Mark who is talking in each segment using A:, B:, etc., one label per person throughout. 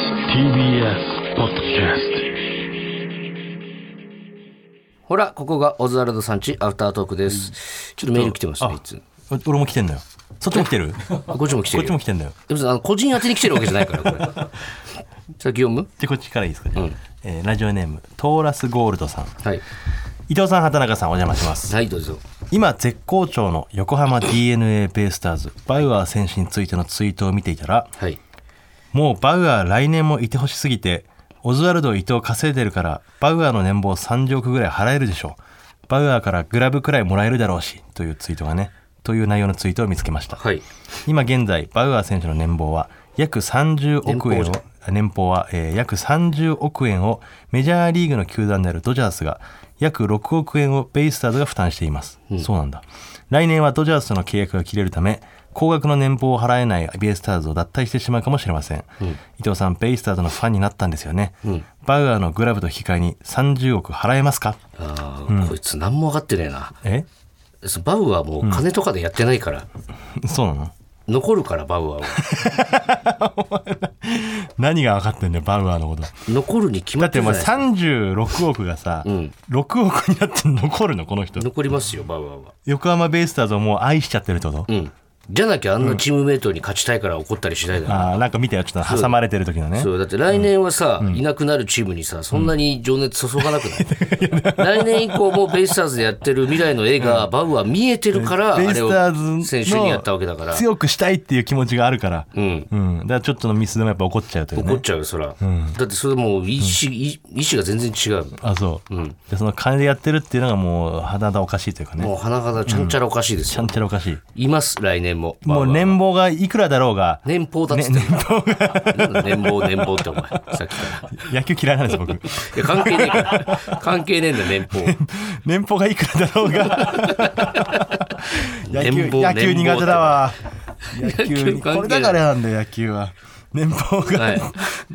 A: TBS ポッドキャス
B: ほら、ここがオズワルドさんちアフタートークです。ちょっとメール来てますね、いつ。
C: あ俺も来てんのよそっちも来てる
B: あこっちも来て
C: こ
B: るよ。
C: っちも来てんだよ
B: でもあの個人宛てに来てるわけじゃないから、これ。 先読む
C: でこっちからいいですか、じゃあえーラジオネームトーラスゴールドさん
B: はい。
C: 伊藤さん畑中さんお邪魔します
B: はい、どうぞ。
C: 今絶好調の横浜 d n a ベイスターズバウアー選手についてのツイートを見ていたら
B: はい。
C: もうバウアー来年もいてほしすぎてオズワルド伊藤稼いでるからバウアーの年俸30億ぐらい払えるでしょうバウアーからグラブくらいもらえるだろうしというツイートがねという内容のツイートを見つけました、
B: はい。
C: 今現在バウアー選手の年俸は約30億円
B: 年俸
C: を
B: じ
C: 年俸は、えー約30億円をメジャーリーグの球団であるドジャースが約6億円をベイスターズが負担しています、そうなんだ来年はドジャースとの契約が切れるため高額の年俸を払えないベイスターズを脱退してしまうかもしれません、伊藤さんベイスターズのファンになったんですよね、バウアーのグラブと引き換えに30億払えますか
B: ああ、こいつ何も分かってねえな。
C: え
B: そのバウはもう金とかでやってないから、
C: そうなの
B: 残るから、バウアーは。
C: 何が分かってんだよバウアーのこと
B: 残るに決ま
C: だ
B: っ
C: ってて
B: るじ
C: も
B: ゃ
C: う
B: ないですか。
C: 36億がさ、6億になって残るのこの人
B: 残りますよ、バウアーは。
C: 横浜ベイスターズをもう愛しちゃってるってこと、
B: うん。じゃなきゃあんなチームメイトに勝ちたいから怒ったりしないだろ。
C: ああなんか見てよちょっと挟まれてる時のね
B: そうだって来年はさ、いなくなるチームにさそんなに情熱注がなく ない、来年以降もベイスターズでやってる未来の絵が、バウは見えてるから、
C: ベイ
B: あれ
C: スタ
B: を
C: ーズ
B: 選手にやったわけだか
C: の
B: ら、
C: 強くしたいっていう気持ちがあるから、うんだからちょっとのミスでもやっぱ怒っちゃうという
B: 怒
C: ね
B: っちゃうよそら、だってそれもう意思,い、意思が全然違う
C: あそう、でその金でやってるっていうのがもう肌だおかしいというかね
B: もう花形ちゃんちゃらおかしいです
C: ち
B: よ、
C: ゃんちゃらおかしい
B: います来年も
C: もう
B: バウアー
C: 年俸がいくらだろうが
B: 年俸だっつって、年俸が年俸年俸ってお前さっきから
C: 野球嫌いなんです僕
B: いや関係ねえから関係ねえんだよ年俸
C: 年俸がいくらだろ うが野球
B: 年俸
C: 野球苦手だわ野
B: 野球
C: 球
B: 関係ない
C: これだからなんだよ野球は年俸が、
B: はい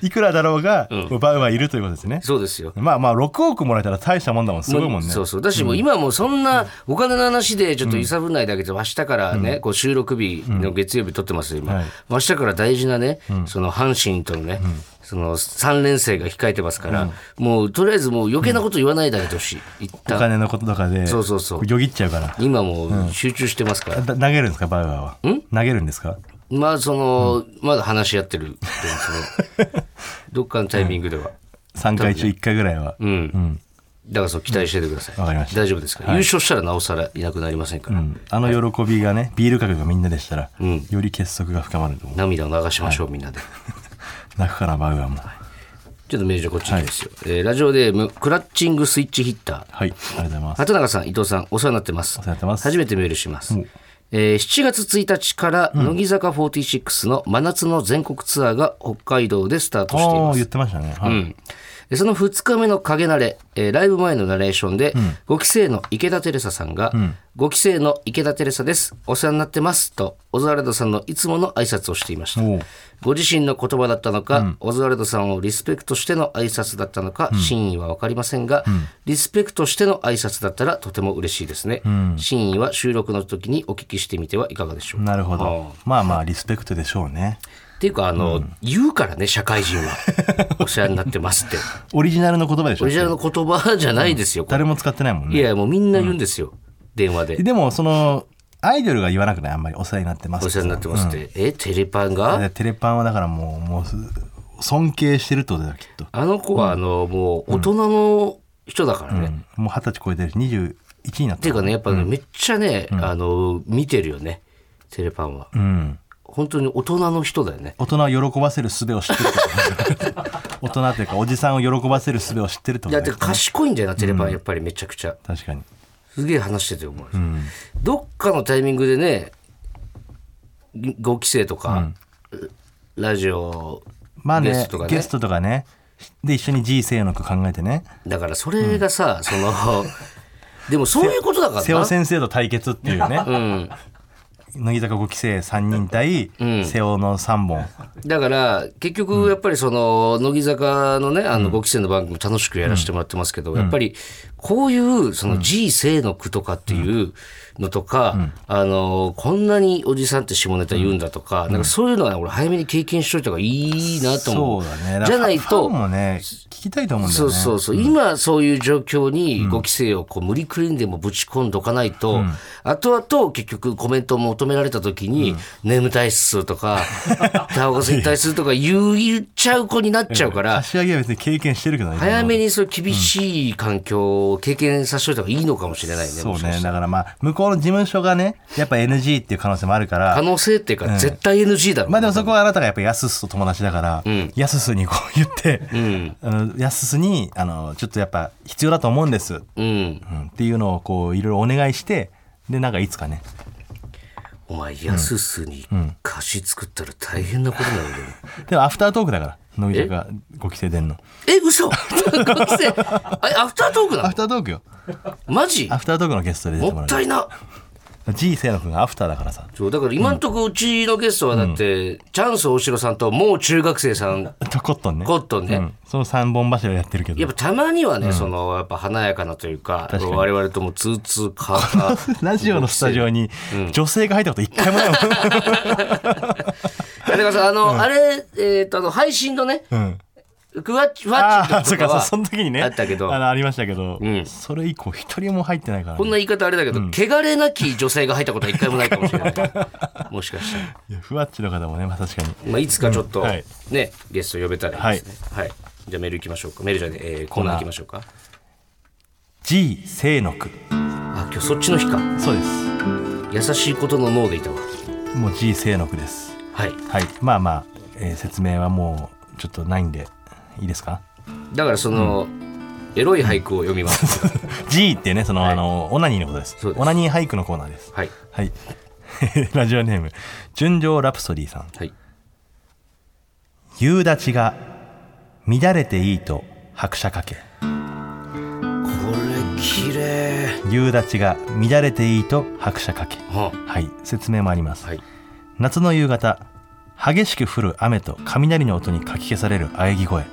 C: い、くらだろうが、バウはいるということですね
B: そうですよ
C: まあまあ6億もらえたら大したもんだもんすごいもんね
B: そうそう。だし、もう今もうそんなお金の話でちょっと揺さぶんないだけで、明日からね、こう収録日の月曜日撮ってますよ、
C: は
B: 今
C: い。
B: 明日から大事なね、その阪神とのね、その3連戦が控えてますから、もうとりあえずもう余計なこと言わないであげてほしい。一
C: お
B: 旦。
C: 金のこととかで
B: そうそうそう
C: よぎっちゃうから
B: 今もう集中してますから。
C: だ投げるんですかバウアーは投げるんですか
B: まあ、その、まだ話し合ってるってこと ですね。どっかのタイミングでは。
C: 3回中1回ぐらいは、
B: うん。だからそう期待しててください。
C: わかりました
B: 大丈夫ですから。優勝したらなおさらいなくなりませんから。
C: あの喜びがねビールかけがみんなでしたら、
B: ん
C: より結束が深まると思う
B: 涙を流しましょう、みんなで。
C: 泣くからバウアーも
B: ちょっとメールこっちにですよ、えーラジオネーム、クラッチングスイッチヒッター。
C: はいありがとうございます
B: 畑中さん、伊藤さん、お世話になってます。
C: お世話になってます
B: 初めてメールします。えー7月1日から、乃木坂46の真夏の全国ツアーが北海道でスタートしてい
C: ああ
B: ま
C: ー
B: す
C: 言。ってましたね、はい
B: でその2日目の影慣れ、えーライブ前のナレーションで、5期生の池田テレサさんが、5期生の池田テレサです。お世話になってます。と、オズワルドさんのいつもの挨拶をしていました
C: おう。
B: ご自身の言葉だったのか、オズワルドさんをリスペクトしての挨拶だったのか、真意はわかりませんが、リスペクトしての挨拶だったらとても嬉しいですね。真意は収録の時にお聞きしてみてはいかがでしょうか。
C: なるほどまあまあリスペクトでしょうね
B: っていうか、あの、言うからね、社会 人は。お世話になってますって。
C: オリジナルの言葉でし
B: オ
C: ょ
B: リジナルの言葉じゃないですよ、これ
C: 誰も使ってないもん
B: いや
C: ね
B: いや、もうみんな言うんですよ。電話で。
C: でもそのアイドルが言わなくないあんまりお世話になってます
B: お世話になってますって。え、テレパン
C: だっ
B: が
C: てテレパンはだからもうもうす尊敬してるってことだよきっと、
B: あの子は、あの、もう大人の人だからね。っ
C: もう二十歳超えてるし21になってて
B: いうかね、やっぱね、めっちゃね、あの、見てるよね。テレパンは。
C: うん
B: 本当に大人の人だよね。
C: 大人を喜ばせる術を知ってるってこと大人というかおじさんを喜ばせる術を知ってるって
B: い
C: こと
B: や、
C: だ
B: て
C: よ
B: か賢いんだよな、テレパン。やっぱりめちゃくちゃ。
C: 確かに
B: すげえ話してて思う、どっかのタイミングでね、5期生とか、ラジオ、
C: まあね
B: ゲ
C: ゲ
B: ス
C: ス
B: トとかね
C: トとかねで一緒に G 性の句考えてね
B: だからそれがさ、 その、でもそういうことだから
C: 瀬尾
B: な。
C: 先生と対決っていうね、乃木坂5期生3人対、
B: ん
C: 瀬尾の3本。
B: だから結局やっぱりその乃木坂のねあの5期生の番組も楽しくやらせてもらってますけど、やっぱりこういうその G 生の句とかっていうのとか、あのこんなにおじさんって下ネタ言うんだとか、なんかそういうのはね俺早めに経験しといた方がいいなと思。
C: そううだね。だから
B: じゃない
C: ファ
B: と
C: ンもね、聞きたいと思うんだ
B: そ
C: よ
B: う
C: ね。
B: そうそう、今そういう状況にご規制をこう無理くりにでもぶち込んどかないと、後々結局コメントを求められた時に、眠たいっすとか、タバコ吸いたいっすとか言う言っちゃう子になっちゃうから、
C: 柏木は別に経験してるけどね。
B: 早めにそういう厳しい環境を経験させといた方がいいのかもしれないね。
C: そ
B: も
C: う
B: しか
C: ね。
B: したら
C: だからまあ、向こうの事務所がね、やっぱ NG っていう可能性もあるから。
B: 可能性っていうか、絶対 NG だろう
C: まあ
B: な
C: でもそこはあなたがやっぱやすすと友達だから、やすすにこう言って、あのやすすにあのちょっとやっぱ必要だと思うんです、
B: うん。
C: うんっていうのをこういろいろお願いしてでなんかいつかね
B: お前、やすすに歌詞作ったら大変なことになるんだよ。
C: でもアフタートークだから乃木坂ご規制でんの
B: え、嘘 ご規制あれアフタートーク
C: ア
B: な
C: フタートークよ
B: のマジ
C: アフタートークのゲストで出ても
B: も
C: ら
B: っ
C: う
B: たいな。
C: G せいの君がアフターだからさ
B: そう、だから今んとこうちのゲストはだって、チャンス大城さんともう中学生さん、
C: とコットンね
B: コットンね
C: うんその3本柱やってるけ
B: や
C: ど
B: っぱたまにはね、その、やっぱ華やかなというか、
C: 確かに
B: 我々ともツーツーカー カー。
C: ラジオのスタジオに女性が入ったこと一回も ないもん
B: だからさ、あの、あれ、えっと、あの、配信のね、
C: うん
B: クワッチ、フワッ
C: あ
B: チ
C: あ、
B: と
C: そう
B: か
C: か、そ
B: は、
C: その時にね。
B: あったけど
C: あの、ありましたけど、
B: ん
C: それ以降、一人も入ってないからね、
B: こんな言い方あれだけど、汚れなき女性が入ったことは一回もないかもしれ ない。もしかしたら。
C: いや、ふわっちの方もね、まあ確かに。
B: まあ、いつかちょっと、
C: うんはい
B: ね、ゲスト呼べたらいいですね。はい。じゃあメール行きましょうか。メールじゃねえ、えーコーナー行きましょうか。
C: G、聖の句。
B: あ、今日そっちの日か。
C: そうです。
B: 優しいことの脳でいたわ。
C: もう G、聖の句です。
B: はい。
C: はい。まあまあ、えー説明はもう、ちょっとないんで、いいですか
B: だからその、エロい俳句を読みます。
C: ?G ってね、その、あの、オナニーのことです。
B: そうです
C: オナニー俳句のコーナーです。
B: はい。
C: はい。 ラジオネーム、純情ラプソディさん。
B: はい。
C: 夕立が、乱れていいと拍車かけ。
B: これ綺麗。
C: 夕立が、乱れていいと拍車かけ。
B: は
C: はい、説明もあります、
B: あ、はい。
C: 夏の夕方激しく降る雨と雷の音にかき消される喘ぎ声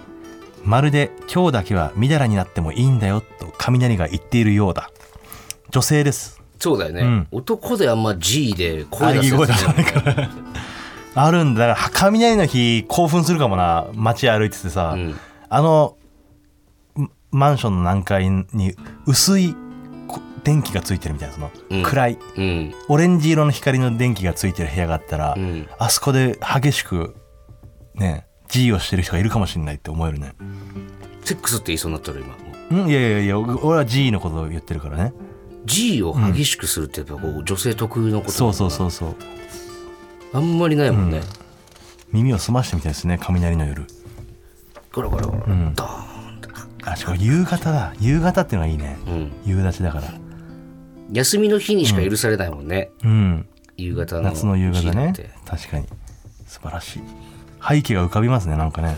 C: まるで今日だけはみだらになってもいいんだよと雷が言っているようだ女性です
B: そうだよね、
C: ん
B: 男であんま G で声
C: 喘
B: 出
C: ぎ
B: すや
C: 声
B: つ
C: だ
B: じゃない
C: から あるんだだから雷の日興奮するかもな街歩いててさ、
B: うん
C: あのんマンションの何階に薄いこ電気がついてるみたいなその、
B: うん
C: 暗い
B: うん。
C: オレンジ色の光の電気がついてる部屋があったら、
B: うん
C: あそこで激しくね G をしてる人がいるかもしれないって思えるね
B: セックスって言いそうになったら今。
C: うんいやいやいやお俺は G のことを言ってるからね
B: G を激しくするってやっぱこう女性特有のこと
C: そうそうそうそう
B: あんまりないもんね、
C: 耳を澄ましてみたいですね雷の夜
B: ゴロゴロゴロ、ドーン
C: あしかも夕方だ夕方っていうのがいいね、
B: ん
C: 夕立だから
B: 休みの日にしか許されないもんね、
C: うん
B: 夕方の
C: 夏の夕方ね
B: G って
C: 確かに素晴らしい背景が浮かびますねなんかね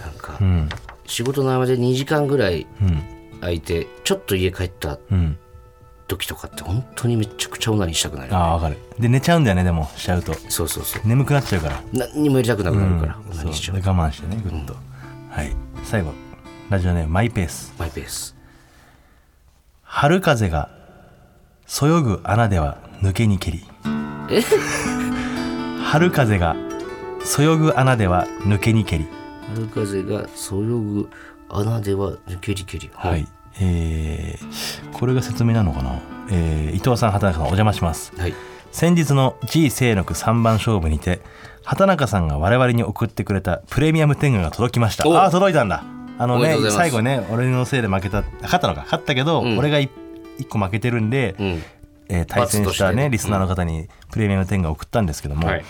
B: なんか、
C: うん
B: 仕事の合間で2時間ぐらい
C: うん
B: 空いてちょっと家帰った
C: うん
B: 時とかって本当にめちゃくちゃオナニーしたくなる
C: ああわかるで寝ちゃうんだよねでもしちゃうと
B: そうそうそう
C: 眠くなっちゃうから
B: 何にもやりたくなくなるから、
C: うん
B: オナニーしち
C: そ
B: ゃ
C: う
B: う
C: で我慢してねぐっと、はい最後ラジオネームマイペース
B: マイペース
C: 春風がそよぐ穴では抜けにけり
B: え
C: 春風がそよぐ穴では抜けにけり
B: 春風がそよぐ穴では抜けりけり
C: はい、えーこれが説明なのかな、えー伊藤さん畑中さんお邪魔します
B: はい
C: 先日の G 勢力3番勝負にて畑中さんが我々に送ってくれたプレミアム天狗が届きました
B: お
C: ああ届いたんだあの
B: おめで
C: ね
B: とうございます
C: 最後ね俺のせいで負けた勝ったのか勝ったけど、
B: うん
C: 俺が 1, 個負けてるんで、
B: うん
C: えー対
B: 罰
C: 戦
B: と
C: し
B: したて
C: ね
B: ね
C: リスナーの方にプレミアム天狗を送ったんですけども、
B: はい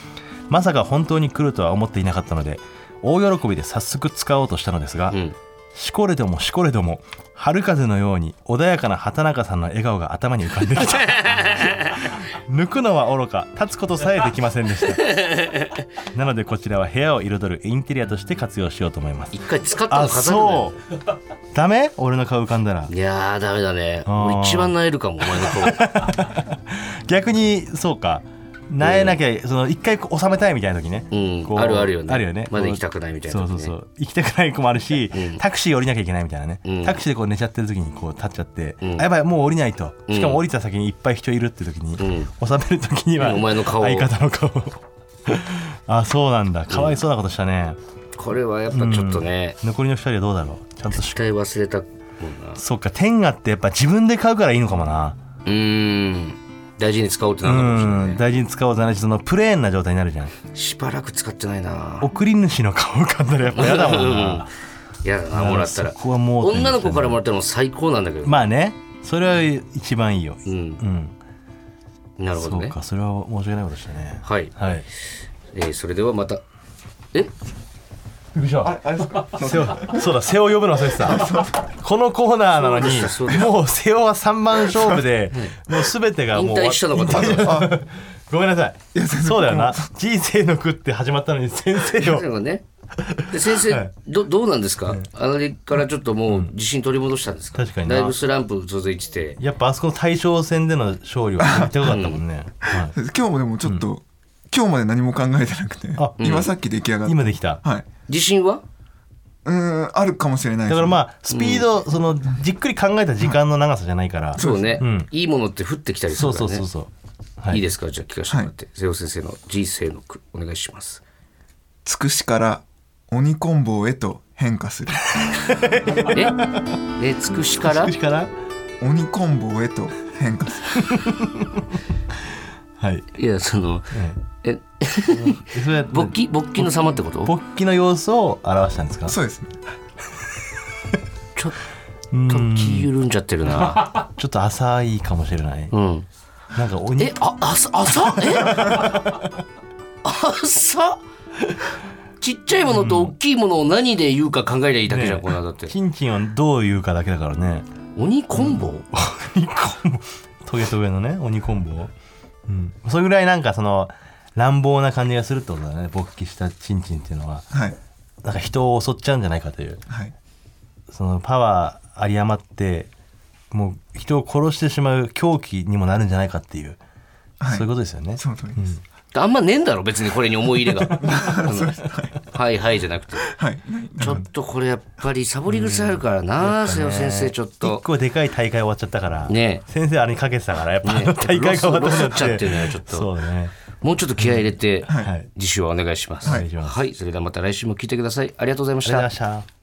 C: まさか本当に来るとは思っていなかったので大喜びで早速使おうとしたのですが、
B: うん
C: しこれどもしこれども春風のように穏やかな畑中さんの笑顔が頭に浮かんで きた抜くのはおろか立つことさえできませんでした なのでこちらは部屋を彩るインテリアとして活用しようと思います
B: 一回使った
C: あ
B: の飾るのよ
C: そうダメ俺の顔浮かんだら
B: いやーダメだね
C: あー
B: 俺一番なえるかもお前の顔
C: 逆にそうかなえなきゃ、その一回こう収めたいみたいな時ね、
B: うん
C: こう
B: あるあるよね
C: あるよね
B: まだ行きたくないみたいな時ね
C: そうそうそう行きたくない子もあるし、
B: うん
C: タクシー降りなきゃいけないみたいなね、
B: うん
C: タクシーでこう寝ちゃってる時にこう立っちゃって、
B: うん
C: あやばいもう降りないと
B: うん
C: しかも降りた先にいっぱい人いるって時に、
B: うん
C: 収める時には
B: お前の顔
C: 相方の 顔あそうなんだかわいそうなことしたね、
B: これはやっぱちょっとね、
C: 残りの2人はどうだろうちゃんとし
B: 期待忘れたもんな
C: そっか天下ってやっぱ自分で買うからいいのかもな
B: うーん大事に使おうってなるかもしれな
C: う
B: い
C: ん
B: ね
C: 大事に使おうじゃないしそのプレーンな状態になるじゃん
B: しばらく使ってないな
C: 送り主の顔浮かんだらやっぱ嫌だもんな
B: やだなもらったら
C: そこはもう
B: 女の子からもらったらもう最高なんだけど、
C: まあねそれは一番いいよ
B: う、
C: うんん
B: なるほ
C: そ
B: ど
C: う
B: ね
C: かそれは申し訳ないことしたね
B: はい、
C: はい
B: えーそれではまたえ
C: びっくりした 瀬尾そうだ瀬尾呼ぶの忘れてたこのコーナーなのに
B: そうでした
C: もう瀬尾は三番勝負でもう全てが
B: 引
C: もう
B: 退したのかと思っ
C: 引退
B: た
C: した ごめんなさいそうだよな人生の句って始まったのに先生を
B: 先生がねで先生、
C: はい
B: どどうなんですか、あれからちょっともう自信取り戻したんですか、
C: 確かにな
B: だいぶスランプ続いてて
C: やっぱあそこの大将戦での勝利はめっちゃ良かったもんね、はい
D: 今日もでもちょっと、今日まで何も考えてなくて
C: あうん
D: 今さっき出来上がった、
C: 今できた
D: はい
B: 自信は
D: うーんあるかもしれない
C: だ
D: です
C: からまあスピード、そのじっくり考えた時間の長さじゃないから
B: そうね、
C: うん
B: いいものって降ってきたりす
C: そ
B: る
C: う
B: から
C: そ
B: ね、
C: うそうそうはい
B: いですかじゃあ聞かせてもらって、瀬尾先生の人生の句お願いします
D: つくしから鬼こん棒へと変化する
B: え ねつくしから
C: 口から
D: 鬼こん棒へと変化する
C: はい、
B: いやそのえ
C: えそれ
B: 勃起勃起の様ってこと
C: 勃起の様子を表したんですか
D: そうですね
B: ちょっ
C: うー
B: と
C: ん
B: 気緩んじゃってるな
C: ちょっと浅いかもしれない
B: うん
C: なんか鬼
B: えあ朝朝え 朝ちっちゃいものと大きいものを何で言うか考えりゃいいだけじゃん、
C: ね
B: こんなだって
C: チンチンをどう言うかだけだからね
B: 鬼コンボ、
C: 鬼コンボトゲトゲのね鬼コンボうんそれぐらいなんかその乱暴な感じがするってことだね勃起したチンチンっていうのは
D: はい
C: なんか人を襲っちゃうんじゃないかという
D: はい
C: そのパワー有り余ってもう人を殺してしまう狂気にもなるんじゃないかっていう、
D: はい
C: そういうことですよね
D: その通りです、
B: あんまねえんだろ別にこれに思い入れ がはいはいじゃなくて
D: はい
B: ちょっとこれやっぱりサボり癖あるからな瀬尾先生ちょっ
C: 結
B: と
C: 構でかい大会終わっちゃったから、
B: ねえ
C: 先生あれにかけてたからやっぱ、
B: ねえ
C: 大会が終わった
B: ロスロスっちゃってるねちょっと
C: そうね
B: もうちょっと気合い入れて
C: はい
B: 次週はお願いします
C: は
B: はいい、それではまた来週も聞いてくださいありがとうございまし
C: ありがとうござい
B: た
C: ました